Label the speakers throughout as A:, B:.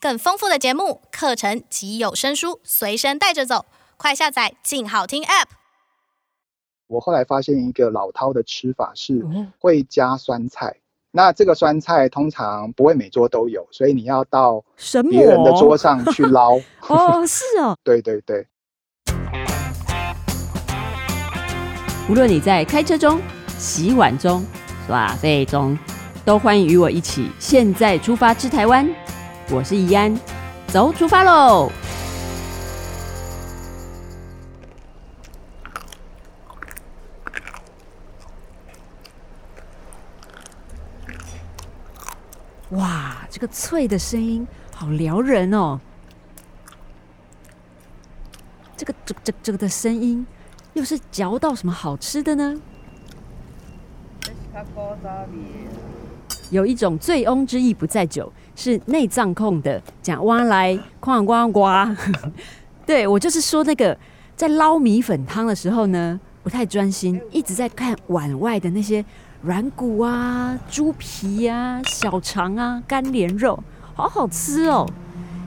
A: 更丰富的节目、课程及有声书随身带着走，快下载“静好听 ”App。
B: 我后来发现一个老饕的吃法是
C: 哦
B: 会加酸菜，那这个酸菜通常不会每桌都有，所以你要到
D: 神
B: 别人的
C: 哦
D: 魔
B: 桌 上 去捞。
D: 哦，是哦。
B: 对对对，
C: 无论你在开车中、洗碗中、耍废中，都欢迎与我一起现在出发吃台湾。我是怡安，走，出发喽！
D: 哇，这个脆的声音好撩人哦！这个这这这个的声音，又是嚼到什么好吃的呢？有一种醉翁之意不在酒，是内脏控的，讲哇来哐哐哐。 对我就是说那个在捞米粉汤的时候呢，不太专心，一直在看碗外的那些软骨啊、猪皮啊、小肠啊、干莲肉，好好吃哦。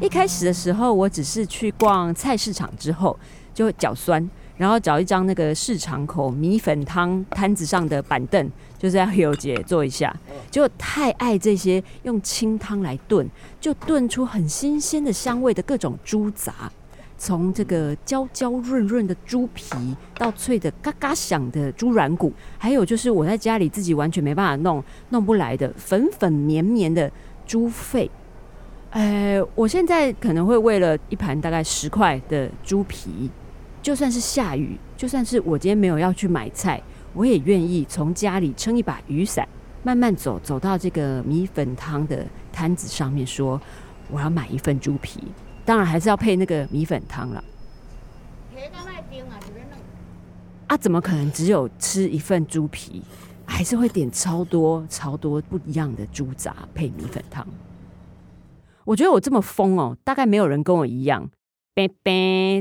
D: 一开始的时候，我只是去逛菜市场之后就脚酸，然后找一张那个市场口米粉汤摊子上的板凳，就是要有姐坐一下。结果太爱这些用清汤来炖，就炖出很新鲜的香味的各种猪杂，从这个焦焦润润的猪皮到脆的嘎嘎响的猪软骨，还有就是我在家里自己完全没办法弄弄不来的粉粉绵绵的猪肺。呃，我现在可能会为了一盘大概十块的猪皮，就算是下雨，就算是我今天没有要去买菜，我也愿意从家里撑一把雨伞，慢慢走走到这个米粉汤的摊子上面说，我要买一份猪皮，当然还是要配那个米粉汤啦。啊，怎么可能只有吃一份猪皮？还是会点超多超多不一样的猪杂配米粉汤。我觉得我这么疯哦，大概没有人跟我一样。拜拜，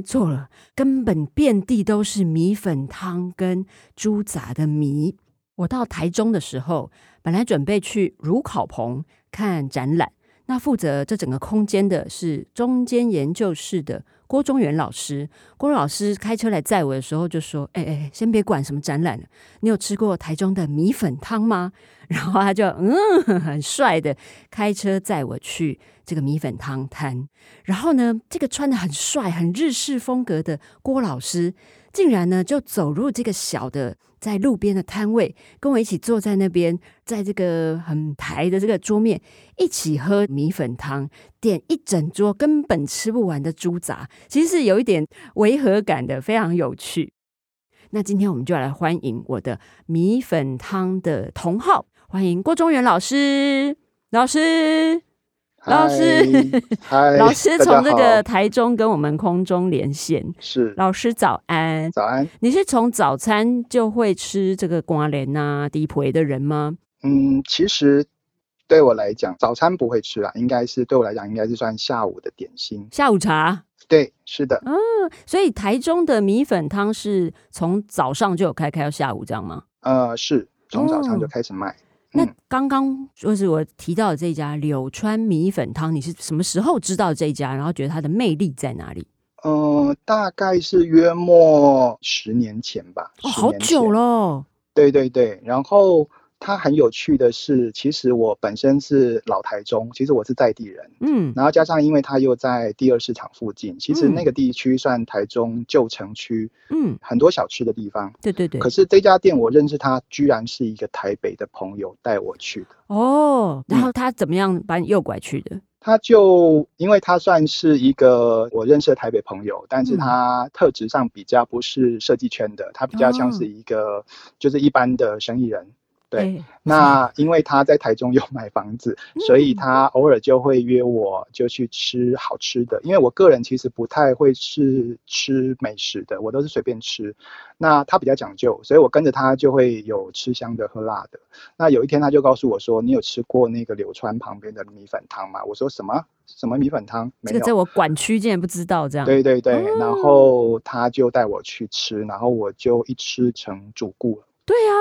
D: 错了，根本遍地都是米粉汤跟猪杂的迷。我到台中的时候，本来准备去如烤棚看展览，那负责这整个空间的是中间研究室的郭中原老师。郭老师开车来载我的时候就说：“哎哎哎，先别管什么展览了，你有吃过台中的米粉汤吗？” 然后他就嗯，很帅的开车载我去这个米粉汤摊。然后呢，这个穿的很帅、很日式风格的郭老师，竟然呢就走入这个小的在路边的摊位，跟我一起坐在那边，在这个很台的这个桌面一起喝米粉汤，点一整桌根本吃不完的猪杂，其实是有一点违和感的，非常有趣。那今天我们就来欢迎我的米粉汤的同好，欢迎郭中原老师，老师。老师
B: 嗨，嗨，
C: 老师
B: 哎大家
C: 从这个
B: 好
C: 台中跟我们空中连线。
B: 是
C: 老师早安，
B: 早安，
C: 你是从早餐就会吃这个瓜莲啊、低培的人吗？
B: 嗯，其实对我来讲，早餐不会吃啦，应该是对我来讲应该是算下午的点心。
C: 下午茶，
B: 对，是的，
C: 啊所以台中的米粉汤是从早上就有开，开到下午这样吗？
B: 呃，是从早上就
C: 哦
B: 开始卖。
C: 那
B: 嗯
C: 刚刚就是我提到的这家柳川米粉汤，你是什么时候知道这家，然后觉得它的魅力在哪里？
B: 嗯、大概是约莫十年前吧，
C: 哦，
B: 10
C: 好
B: 年前
C: 久喽，
B: 对对对，然后它很有趣的是，其实我本身是老台中，其实我是在地人，
C: 嗯，
B: 然后加上因为它又在第二市场附近，其实那个地区算台中旧城区
C: 嗯，
B: 很多小吃的地方。
C: 对对对
B: 可，是这家店我认识它，居然是一个台北的朋友带我去的。
C: 哦，
B: 嗯
C: 然后他怎么样把你诱拐去的？
B: 他就因为他算是一个我认识的台北朋友，但是他特质上比较不是设计圈的，他比较像
C: 嗯哦
B: 是一个就是一般的生意人。对
C: 哎，
B: 那因为他在台中有买房子，所以他偶尔就会约我就去吃好吃的。因为我个人其实不太会是吃美食的，我都是随便吃。那他比较讲究，所以我跟着他就会有吃香的喝辣的。那有一天他就告诉我说：“你有吃过那个柳川旁边的米粉汤吗？”我说：“什么什么米粉汤？没
C: 这
B: 有。
C: 个在我管区竟然不知道这样。
B: 对对对，然后他就带我去吃，然后我就一吃成主顾了。
C: 对啊，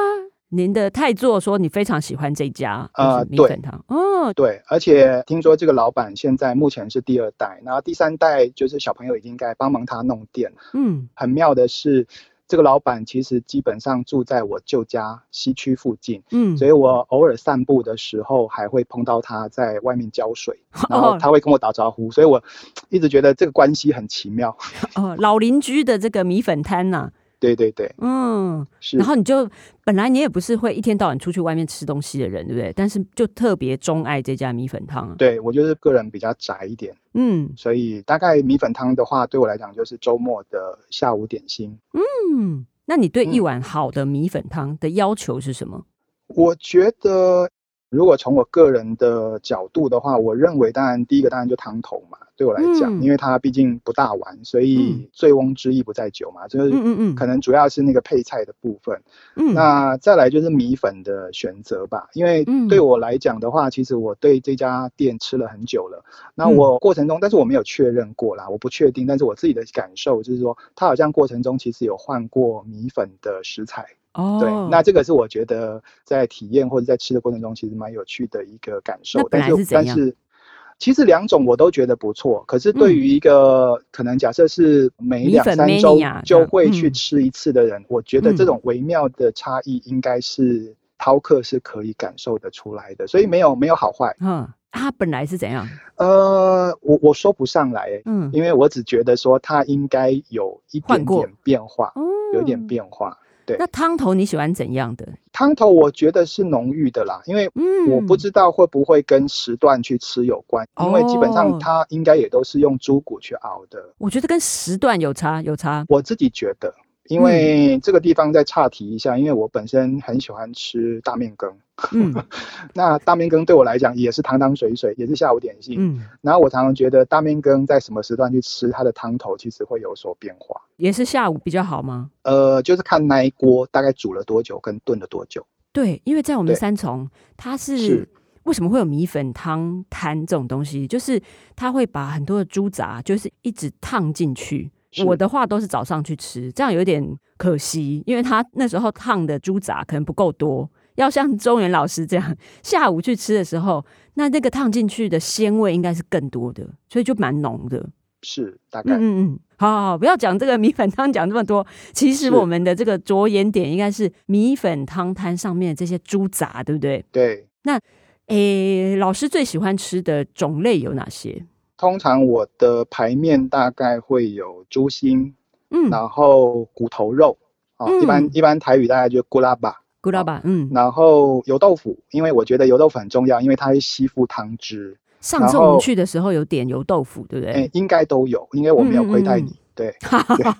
D: 您的太座说你非常喜欢这家
B: 呃
D: 就是米
B: 对
D: 粉汤哦，
B: 对，而且听说这个老板现在目前是第二代，然后第三代就是小朋友已经该帮忙他弄店。
D: 嗯
B: 很妙的是，这个老板其实基本上住在我舅家西区附近，
D: 嗯，
B: 所以我偶尔散步的时候还会碰到他在外面浇 水，然后
D: 哦
B: 他会跟我打招呼，所以我一直觉得这个关系很奇妙。
D: 哦老邻居的这个米粉摊呐、
B: 对对对，
D: 嗯，
B: 是
D: 然后你就本来你也不是会一天到晚出去外面吃东西的人，对不对？但是就特别钟爱这家米粉汤啊，
B: 对我就是个人比较宅一点，
D: 嗯
B: 所以大概米粉汤的话，对我来讲就是周末的下午点心。
D: 嗯。那你对一
B: 嗯
D: 碗好的米粉汤的要求是什么？
B: 我觉得，如果从我个人的角度的话，我认为，当然第一个当然就汤头嘛，对我来讲，
D: 嗯
B: 因为它毕竟不大碗，所以
D: 嗯
B: 醉翁之意不在酒嘛，就
D: 嗯
B: 是
D: 嗯嗯，
B: 可能主要是那个配菜的部分。
D: 嗯
B: 那再来就是米粉的选择吧，因为
D: 嗯
B: 对我来讲的话，其实我对这家店吃了很久了。那
D: 嗯
B: 我过程中，但是我没有确认过啦，我不确定，但是我自己的感受就是说，它好像过程中其实有换过米粉的食材。
D: 哦，
B: 对，那这个是我觉得在体验或者在吃的过程中，其实蛮有趣的一个感受
D: 那。
B: 但
D: 本来是
B: 是，
D: 怎
B: 但
D: 样
B: 是其实两种我都觉得不错。可是对于一个、可能假设是每
D: 嗯米
B: 两
D: 粉
B: 三
D: mania
B: 周
D: 这样
B: 就会去
D: 嗯
B: 吃一次的人，我觉得
D: 嗯
B: 这种微妙的差异应该是饕客是可以感受得出来的。所以没有没有好坏，
D: 嗯，它本来是怎样？
B: 呃，我我说不上来、欸，
D: 嗯，
B: 因为我只觉得说它应该有一
D: 换
B: 点
D: 过
B: 点变化，
D: 哦，
B: 有一点。变化。对
D: 那汤头你喜欢怎样的？
B: 汤头我觉得是浓郁的啦，因为
D: 嗯，
B: 我不知道会不会跟时段去吃有关，因为基本
D: 哦
B: 上它应该也都是用猪骨去熬的。
D: 我觉得跟时段有差，有差。
B: 我自己觉得，
D: 嗯
B: 因为这个地方再岔题一下，因为我本身很喜欢吃大面羹，
D: 嗯
B: 那大面羹对我来讲也是汤汤水水，也是下午点心。
D: 嗯，
B: 然后我常常觉得大面羹在什么时段去吃，它的汤头其实会有所变化。
D: 也是下午比较好吗？
B: 呃，就是看那一锅大概煮了多久，跟炖了多久。
D: 对，因为在我们
B: 对
D: 三重，它是
B: 是
D: 为什么会有米粉汤摊这种东西？就是它会把很多的猪杂，就是一直烫进去。
B: 是
D: 我的话都是早上去吃，这样有点可惜，因为它那时候烫的猪杂可能不够多。要像中原老师这样，下午去吃的时候，那那个烫进去的鲜味应该是更多的，所以就蛮浓的。
B: 是，大概、
D: 嗯嗯嗯，好好好，不要讲这个米粉汤讲这 么多。其实
B: 是
D: 我们的这个着眼点应该是米粉汤摊上面这些猪杂，对不对？
B: 对。
D: 诶，老师最喜欢吃的种类有哪些？
B: 通常我的排面大概会有猪心，
D: 嗯，
B: 然后骨头肉，啊、一般
D: 嗯
B: 一般台语大概就咕拉吧，
D: 古老板，嗯，
B: 然后油豆腐，因为我觉得油豆腐很重要，因为它会吸附汤汁，
D: 上次
B: 然
D: 我们
B: 后
D: 去的时候有点油豆腐，对不
B: 哎、
D: 对？
B: 应该都有，因为我没有亏待你，
D: 嗯嗯
B: 对，
D: 哈哈哈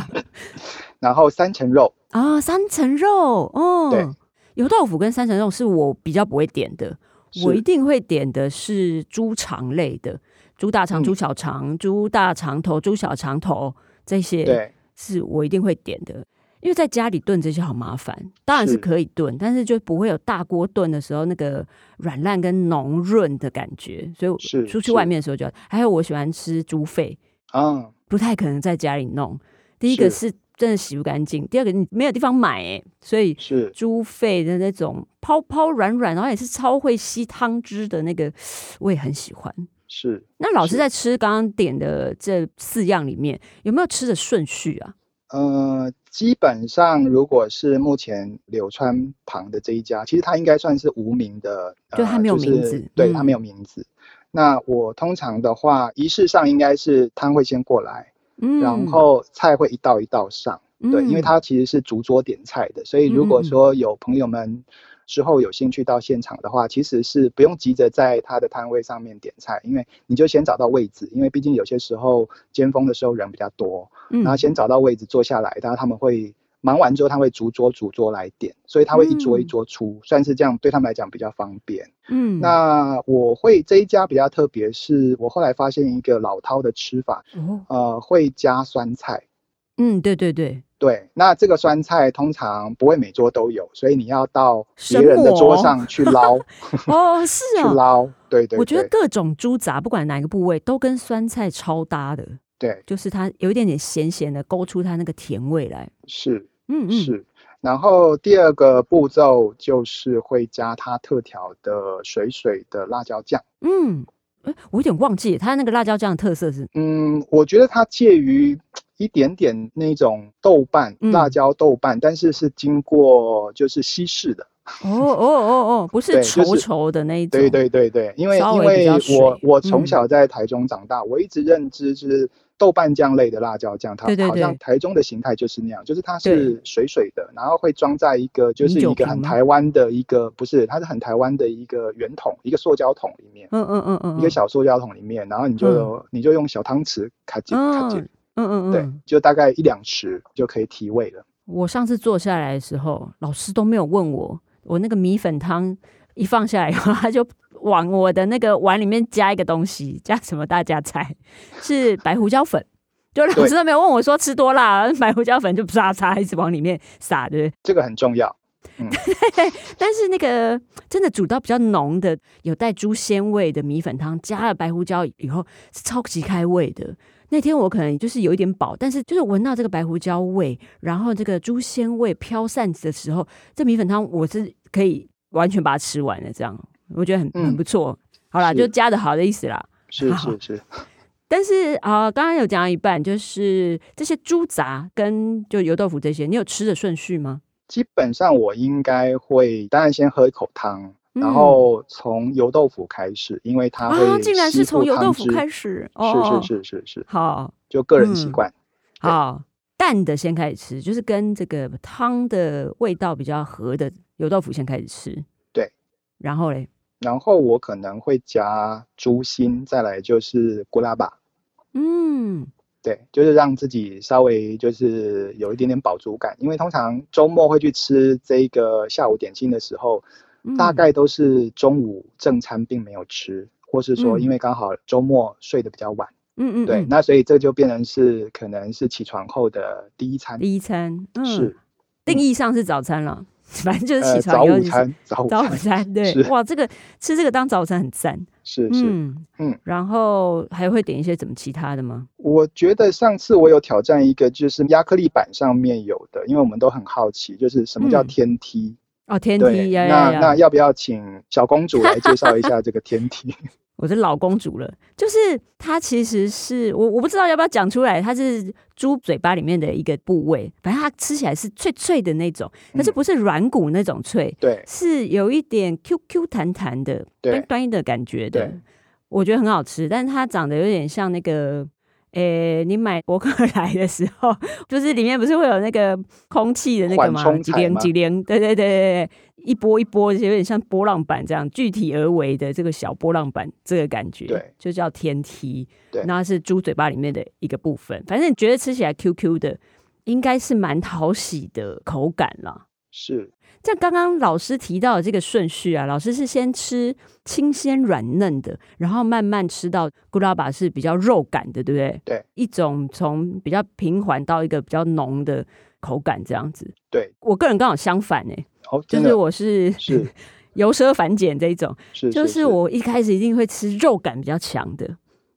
D: 哈
B: 然后三层肉，
D: 啊，三层肉，
B: 对
D: 哦，油豆腐跟三层肉是我比较不会点的，我
B: 是
D: 一定会点的是猪肠类的，猪大肠、
B: 嗯
D: 猪小肠、猪大肠头、猪小肠头这些。
B: 对，
D: 是我一定会点的，因为在家里炖这些好麻烦。当然是
B: 是
D: 可以炖，但是就不会有大锅炖的时候那个软烂跟浓润的感觉。所以我
B: 是
D: 出去
B: 是
D: 外面的时候就要。还有我喜欢吃猪肺，
B: 嗯，
D: 不太可能在家里弄。第一个
B: 是
D: 是真的洗不干净，第二个你没有地方买、欸，所以
B: 是
D: 猪肺的那种泡泡软软，然后也是超会吸汤汁的那个，我也很喜欢。
B: 是。
D: 那老师
B: 是
D: 在吃刚刚点的这四样里面，有没有吃的顺序啊？
B: 呃，基本上如果是目前柳川旁的这一家，其实它应该算是无名的，呃、
D: 就它没有名字
B: 是对，它
D: 嗯
B: 没有名字。那我通常的话，仪式上应该是汤会先过来，
D: 嗯
B: 然后菜会一道一道上，对，因为
D: 嗯
B: 它其实是逐桌点菜的，所以如
D: 嗯嗯
B: 果
D: 嗯
B: 说有朋友们。之后有兴趣到现场的话，其实是不用急着在他的摊位上面点菜，因为你就先找到位置，因为毕竟有些时候尖峰的时候人比较多，
D: 嗯
B: 然后先找到位置坐下来，然后他们会忙完之后，他会逐桌逐桌来点，所以他会一桌一
D: 嗯
B: 桌出，算是这样对他们来讲比较方便。
D: 嗯
B: 那我会这一家比较特别，是我后来发现一个老饕的吃法，
D: 哦，
B: 呃，会加酸菜。
D: 嗯，对对对，
B: 对，那这个酸菜通常不会每桌都有，所以你要到别
D: 神
B: 人的桌
D: 魔
B: 上去 捞，
D: 哦，是
B: 去
D: 啊，
B: 捞。对对
D: 我觉得
B: 对
D: 各种猪杂不管哪一个部位都跟酸菜超搭的，
B: 对，
D: 就是它有一点点咸咸的，勾出它那个甜味来。
B: 是
D: 嗯嗯，
B: 是。然后第二个步骤就是会加它特调的水水的辣椒酱。
D: 嗯，哎，我有点忘记它那个辣椒酱的特 色是，
B: 嗯，我觉得它介于一点点那种豆瓣、
D: 嗯
B: 辣椒豆瓣，但是是经过就是稀释的。
D: 哦哦哦哦，不是
B: 对就是
D: 稠稠的那一种，
B: 对对对对，因为
D: 稍
B: 因
D: 微比
B: 为
D: 较水
B: 我我
D: 嗯
B: 从小在台中长大，我一直认知就是豆瓣酱类的辣椒酱，它
D: 对对
B: 好
D: 对
B: 像台中的形态就是那样，就是它是水水的，然后会装在一个就是
D: 米酒
B: 一个
D: 瓶
B: 很
D: 吗
B: 台湾的一个不是，它是很台湾的一个圆筒，一个塑胶桶里面。
D: 嗯，嗯嗯嗯嗯，
B: 一个小塑胶桶里面，然后你就、你就用小汤匙卡进卡进
D: 嗯，嗯嗯
B: 对
D: 嗯，，
B: 就大概一两匙就可以提味了。
D: 我上次坐下来的时候，老师都没有问我，我那个米粉汤一放下来以后， 他就往我的那个碗里面加一个东西，加什么大家猜？是白胡椒粉。就老
B: 对
D: 师都没有问我说吃多辣，白胡椒粉就啪嚓一直往里面撒，对不对？
B: 这个很重要。
D: 但是那个真的煮到比较浓的，有带猪鲜味的米粉汤，加了白胡椒以后是超级开胃的。那天我可能就是有一点饱，但是就是闻到这个白胡椒味，然后这个猪鲜味飘散的时候，这米粉汤我是可以完全把它吃完的。这样我觉得很
B: 嗯
D: 很不错。好啦，
B: 是
D: 就加的好的意思啦。
B: 是
D: 好
B: 是是，
D: 但是啊、刚刚有讲到一半，就是这些猪杂跟就油豆腐这些，你有吃的顺序吗？
B: 基本上我应该会，当然先喝一口汤，然
D: 嗯
B: 后从油豆腐开始，因为它
D: 啊，
B: 会
D: 竟然
B: 吸
D: 是从
B: 附
D: 油
B: 汤
D: 豆腐
B: 汁
D: 开。始，哦，
B: 是是是是是，
D: 好。
B: 就个人习
D: 嗯
B: 惯。对
D: 好，淡的先开始吃，就是跟这个汤的味道比较合的油豆腐先开始吃。
B: 对，
D: 然后嘞，
B: 然后我可能会加猪心，再来就是古拉巴。
D: 嗯，
B: 对，就是让自己稍微就是有一点点饱足感，因为通常周末会去吃这个下午点心的时候，
D: 嗯
B: 大概都是中午正餐并没有吃，或是说
D: 嗯
B: 因为刚好周末睡得比较晚，
D: 嗯嗯，
B: 对，
D: 嗯
B: 那所以这就变成是可能是起床后的第一餐，
D: 第一餐，嗯，
B: 是
D: 定义上是早餐了， 反正就是起
B: 呃
D: 床
B: 早
D: 以后
B: 午
D: 就是
B: 餐，早午
D: 早午
B: 餐
D: 餐，对，
B: 是
D: 哇，这个吃这个当早餐很赞，
B: 是是，
D: 嗯
B: 嗯
D: 然后还会点一些怎么其他的吗？
B: 我觉得上次我有挑战一个就是亚克力板上面有的，因为我们都很好奇，就是什么叫
D: 嗯
B: 天梯，
D: 哦，天
B: 对，
D: 梯呀
B: 那
D: 呀呀！
B: 那要不要请小公主来介绍一 下这个天梯？
D: 我是老公主了，就是它其实是我我不知道要不要讲出来，它是猪嘴巴里面的一个部位，反正它吃起来是脆脆的那种，可是
B: 嗯
D: 不是软骨那种脆，
B: 对
D: 是有一点 Q Q 弹弹的、
B: 对
D: 端端的感觉的
B: 对，
D: 我觉得很好吃，但是它长得有点像那个。诶、你买博客来的时候， 就是里面不是会有那个空气的那个
B: 缓
D: 吗？
B: 冲
D: 几
B: 材
D: 连
B: 吗
D: 几连，对对对对对，一波一波，有点像波浪板这样，具体而为的这个小波浪板，这个感觉，
B: 对，
D: 就叫天梯。
B: 对
D: 那它是猪嘴巴里面的一个部分，反正你觉得吃起来 Q Q 的，应该是蛮讨喜的口感啦。
B: 是
D: 像刚刚老师提到的这个顺序啊，老师是先吃清鲜软嫩的，然后慢慢吃到古拉巴是比较肉感的，对不对？
B: 对，
D: 一种从比较平缓到一个比较浓的口感这样子。
B: 对，
D: 我个人刚好相反哎、
B: 哦，
D: 就
B: 真
D: 是
B: 的
D: 我是
B: 是
D: 由奢反俭这一种，
B: 是
D: 就是是我一开始一定会吃肉感比较强的，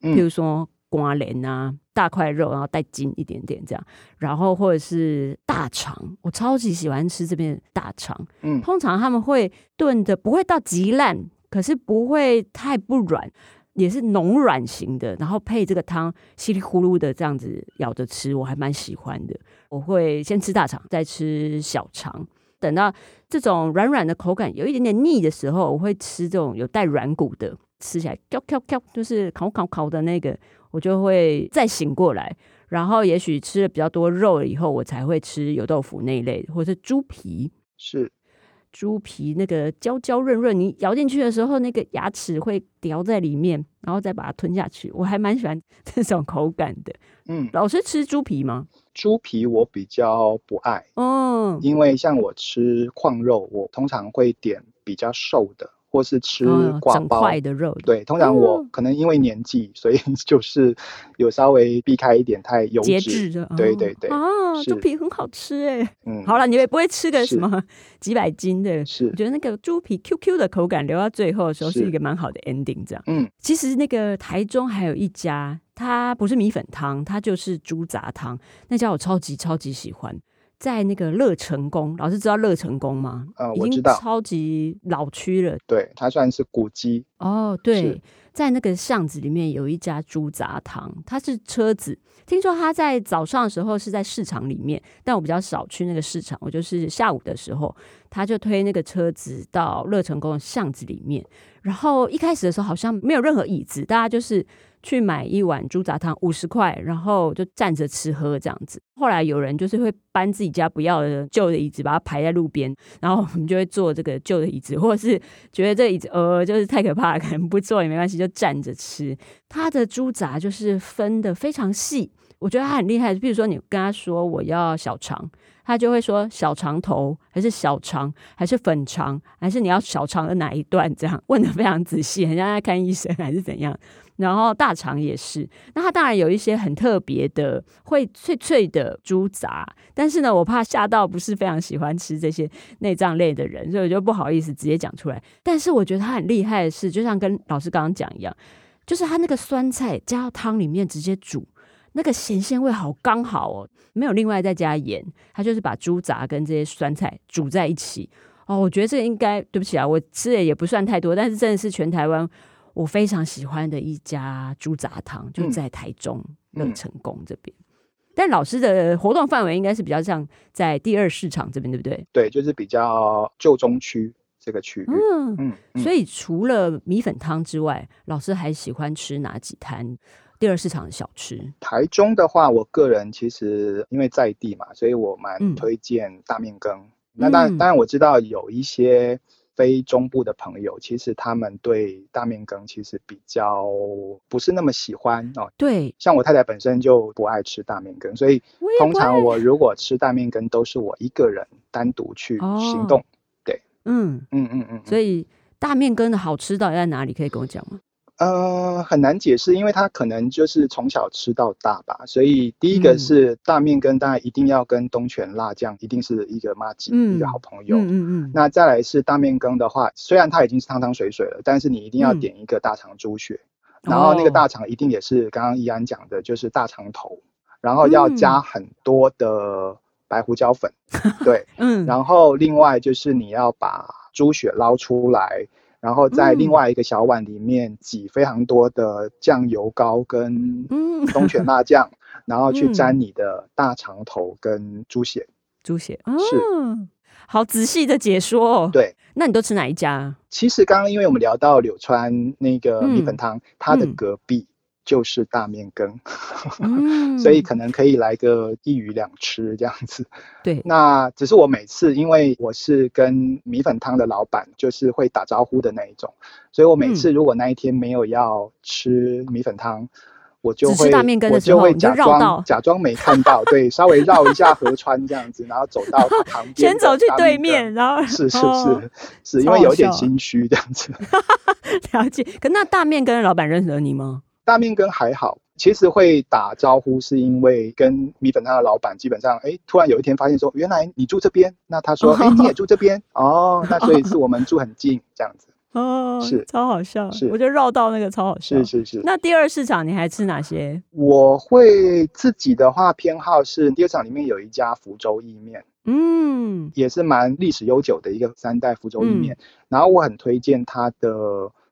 B: 嗯
D: 譬如说瓜莲啊，大块肉，然后带筋一点点这样，然后或者是大肠，我超级喜欢吃这边的大肠，
B: 嗯
D: 通常他们会炖的不会到极烂，可是不会太不软，也是浓软型的，然后配这个汤稀里呼噜的这样子咬着吃，我还蛮喜欢的。我会先吃大肠，再吃小肠。等到这种软软的口感有一点点腻的时候，我会吃这种有带软骨的，吃起来烤烤烤，就是烤烤烤的那个，我就会再醒过来。然后也许吃了比较多肉了以后，我才会吃油豆腐那一类的，或者是猪皮。
B: 是
D: 猪皮那个焦焦润润，你咬进去的时候，那个牙齿会叼在里面，然后再把它吞下去。我还蛮喜欢 这种口感的。
B: 嗯，
D: 老师吃猪皮吗？
B: 猪皮我比较不爱，
D: 嗯，
B: 因为像我吃矿肉，我通常会点比较瘦的，或是吃
D: 嗯
B: 挂
D: 整
B: 包。
D: 块的肉的，
B: 对，通常我
D: 哦
B: 可能因为年纪，所以 就是有稍微避开一点太油
D: 节
B: 脂。
D: 制的。
B: 对
D: 哦
B: 对对
D: 啊，
B: 是
D: 猪皮很好吃哎。
B: 嗯，
D: 好，了，你也不会吃个
B: 是
D: 什么 几百斤的。
B: 是
D: 我，觉得那个猪皮 QQ 的口感留到最后的时候是
B: 是
D: 一个蛮好的 ending，这样。
B: 嗯，
D: 其实那个台中还有一家，它不是米粉汤，它就是猪杂汤，那家我超级超级喜欢。在那个乐成宫，老师知道乐成宫吗？
B: 呃，
D: 已
B: 我知
D: 经
B: 道，
D: 超级老区了。
B: 对，它算是古迹，
D: 哦，对
B: 是，
D: 在那个巷子里面有一家猪杂汤，它是车子。听说他在早上的时候是在市场里面，但我比较少去那个市场，我就是下午的时候，他就推那个车子到乐成宫的巷子里面。然后一开始的时候好像没有任何椅子，大家就是去买一碗猪杂汤，五十块，然后就站着吃喝这样子。后来有人就是会搬自己家不要的旧的椅子，把它排在路边，然后我们就会坐这个旧的椅子，或者是觉得这椅子呃就是太可怕了， 可能不坐也没关系，就站着吃。它的猪杂就是分的非常细，我觉得它很厉害。比如说你跟他说我要小肠，他就会说小肠头还是小肠还是粉肠，还是你要小肠的哪一段？这样问的非常仔细，很像在看医生还是怎样。然后大肠也是，那它当然有一些很特别的会脆脆的猪杂，但是呢，我怕吓到不是非常喜欢吃这些内脏类的人，所以我就不好意思直接讲出来。但是我觉得他很厉害的是，就像跟老师刚刚讲一样，就是他那个酸菜加到汤里面直接煮，那个咸鲜味好刚好哦，没有另外再加盐，他就是把猪杂跟这些酸菜煮在一起。哦，我觉得这个应该对不起啊，我吃的也不算太多，但是真的是全台湾我非常喜欢的一家猪杂汤，就
B: 嗯
D: 在台中乐
B: 嗯
D: 成宫这边。但老师的活动范围应该是比较像在第二市场这边，对不对？
B: 对，就是比较旧中区这个区域。
D: 嗯，
B: 嗯，嗯
D: 所以除了米粉汤之外，老师还喜欢吃哪几摊第二市场的小吃？
B: 台中的话，我个人其实因为在地嘛，所以我
D: 嗯
B: 蛮推荐大面羹。那当然，当然我知道有一些非中部的朋友，其实他们对大面羹其实比较不是那么喜欢哦。
D: 对，
B: 像我太太本身就不爱吃大面羹，所以
D: 我也
B: 通
D: 不爱
B: 常我如果吃大面羹，都是我一个人单独去
D: 哦
B: 行动。
D: 嗯，
B: 嗯嗯嗯，
D: 所
B: 以
D: 以大面羹的好吃到底在哪里？可以跟我讲吗？
B: 呃很难解释，因为他可能就是从小吃到大吧。所以第一个
D: 嗯
B: 是大面羹，当然一定要跟东泉辣酱一定是一个妈吉、一
D: 嗯
B: 个好朋友。
D: 嗯嗯嗯，
B: 那再来是大面羹的话，虽然它已经是汤汤水水了，但是你一定要
D: 嗯
B: 点一个大肠猪血，然后那个
D: 哦
B: 大肠一定也是刚刚怡安讲的，就是大肠头，然后
D: 嗯
B: 要加很多的白胡椒 粉，对，
D: 嗯，
B: 然后另外就是你要把猪血捞出来，然后在
D: 嗯
B: 另外一个小碗里面挤非常多的酱油膏跟
D: 嗯
B: 东泉辣 酱，然后去
D: 嗯
B: 沾你的大肠头跟猪血，
D: 猪血哦，好仔细的解说哦。，
B: 对。
D: 那你都吃哪一家啊？
B: 其实刚刚因为我们聊到柳川那个米粉
D: 嗯
B: 汤，它的
D: 嗯
B: 隔壁就是大面羹，
D: 嗯，
B: 所以可能可以来个一鱼两吃这样子。
D: 对，
B: 那只是我每次因为我是跟米粉汤的老板就是会打招呼的那一种，所以我每
D: 嗯
B: 次如果那一天没有要吃米粉汤。我就
D: 只吃
B: 会，
D: 大面羹的
B: 我
D: 时
B: 就
D: 候
B: 会
D: 你就
B: 假
D: 绕道
B: 装假装没看 到，对，稍微绕一下河川这样子，然后走到旁边，
D: 先走去对面，，然后
B: 是是
D: 哦
B: 是，是因
D: 超
B: 为
D: 好
B: 有一点
D: 笑
B: 心虚这样子。
D: 了解。可那大面羹的老板认得你吗？
B: 大面羹还好，其实会打招呼是因为跟米粉汤的老板基本上，哎，突然有一天发现说，原来你住这边，那他 说，哎，你也住这边，哦，那所以是我们住很 近这样子，
D: 哦，
B: 是
D: 超好笑，
B: 是
D: 我就绕到那个超好笑。
B: 是是是。
D: 那第二市场你还吃哪些？
B: 我会自己的话偏好是第二场里面有一家福州意面，
D: 嗯，
B: 也是蛮历史悠久的一个三代福州意面，然后我很推荐它的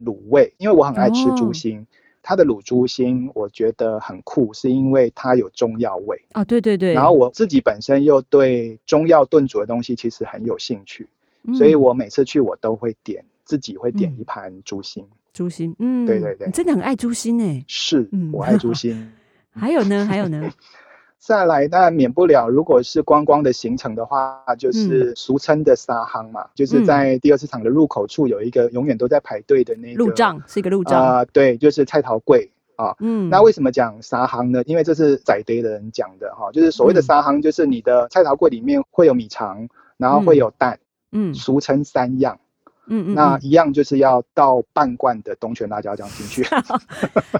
B: 卤味，因为我很爱吃
D: 哦
B: 猪心。它的卤猪心我觉得很酷，是因为它有中药味。
D: 哦，对对对，
B: 然后我自己本身又对中药炖煮的东西其实很有兴趣，所以
D: 嗯
B: 我每次去我都会点，自己会点
D: 嗯
B: 一盘猪心。
D: 猪心，嗯，
B: 对对对
D: 你真的很爱猪心哎。
B: 是
D: 嗯，
B: 我爱猪心。
D: 还有呢，还有呢，
B: 再来，当然免不了，如果是观光的行程的话，就是
D: 嗯
B: 俗称的沙夯嘛，就是在第二市场的入口处有一个永远都在排队的那个
D: 路障 是一个路障，
B: 啊、对，就是菜桃柜。
D: 嗯，
B: 那为什么讲沙夯呢？因为这是宰堆的人讲的哈，就是所谓的
D: 嗯
B: 沙夯，就是你的菜桃柜里面会有米肠，然后会
D: 嗯
B: 有蛋，
D: 嗯
B: 俗称三样。
D: 嗯嗯，
B: 那
D: 嗯
B: 一样就是要倒半罐的东泉辣椒酱 进去。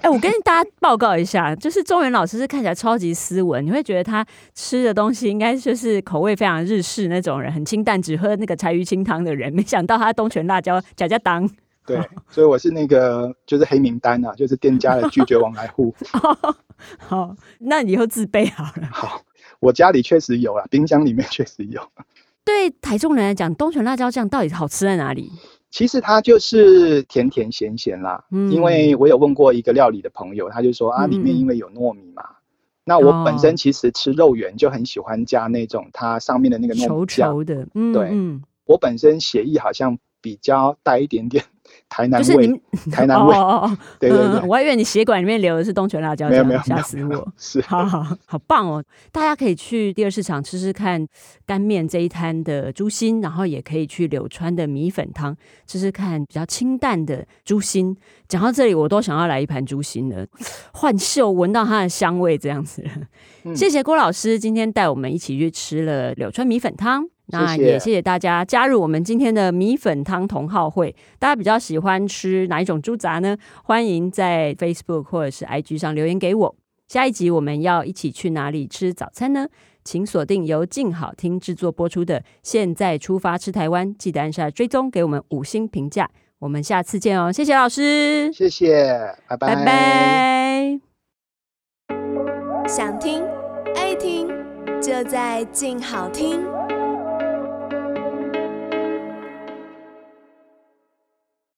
D: 哎，我跟大家报告一下，就是中原老师是看起来超级斯文，你会觉得他吃的东西应该就是口味非常日式那种人，很清淡，只喝那个柴鱼清汤的人，没想到他东泉辣椒加加当，
B: 对，所以我是那个就是黑名单啊，
D: 哦
B: 就是店家的拒绝往来户。
D: 好，那以后自备好了。
B: 好，我家里确实有啦，冰箱里面确实有。
D: 对台中人来讲，东泉辣椒酱到底好吃在哪 里？
B: 其实它就是甜甜咸咸啦，
D: 嗯
B: 因为我有问过一个料理的朋友，他就说啊，
D: 嗯哦
B: 里面因为有糯米嘛。那我本身其实吃肉圆就很喜欢加那种它上面的那个糯
D: 稠
B: 米酱。
D: 稠的，嗯，
B: 对
D: 嗯，
B: 我本身血液好像比较带一点点台南
D: 就是你们
B: 味，台南
D: 哦
B: 味，
D: 哦哦，
B: 对对对，
D: 嗯，我还以为你血管里面流的是东泉辣椒
B: 没有没有
D: 酱，吓死
B: 没有
D: 我！
B: 是
D: 好好好棒哦！大家可以去第二市场吃吃看干面这一摊的猪心，然后也可以去柳川的米粉汤吃吃看比较清淡的猪心。讲到这里，我都想要来一盘猪心了，换嗅闻到它的香味这样子。
B: 嗯
D: 谢谢郭老师今天带我们一起去吃了柳川米粉汤。
B: 谢
D: 那
B: 谢
D: 也谢谢大家加入我们今天的米粉汤同好会。大家比较喜欢吃哪一种猪杂呢？欢迎在 Facebook 或者是 IG 上留言给我。下一集我们要一起去哪里吃早餐呢？请锁定由静好听制作播出的《现在出发吃台湾》，记得按下追踪，给我们五星评价。我们下次见哦，谢谢老师，
B: 谢谢，拜拜
D: 拜拜。
E: 想听爱听，就在静好听。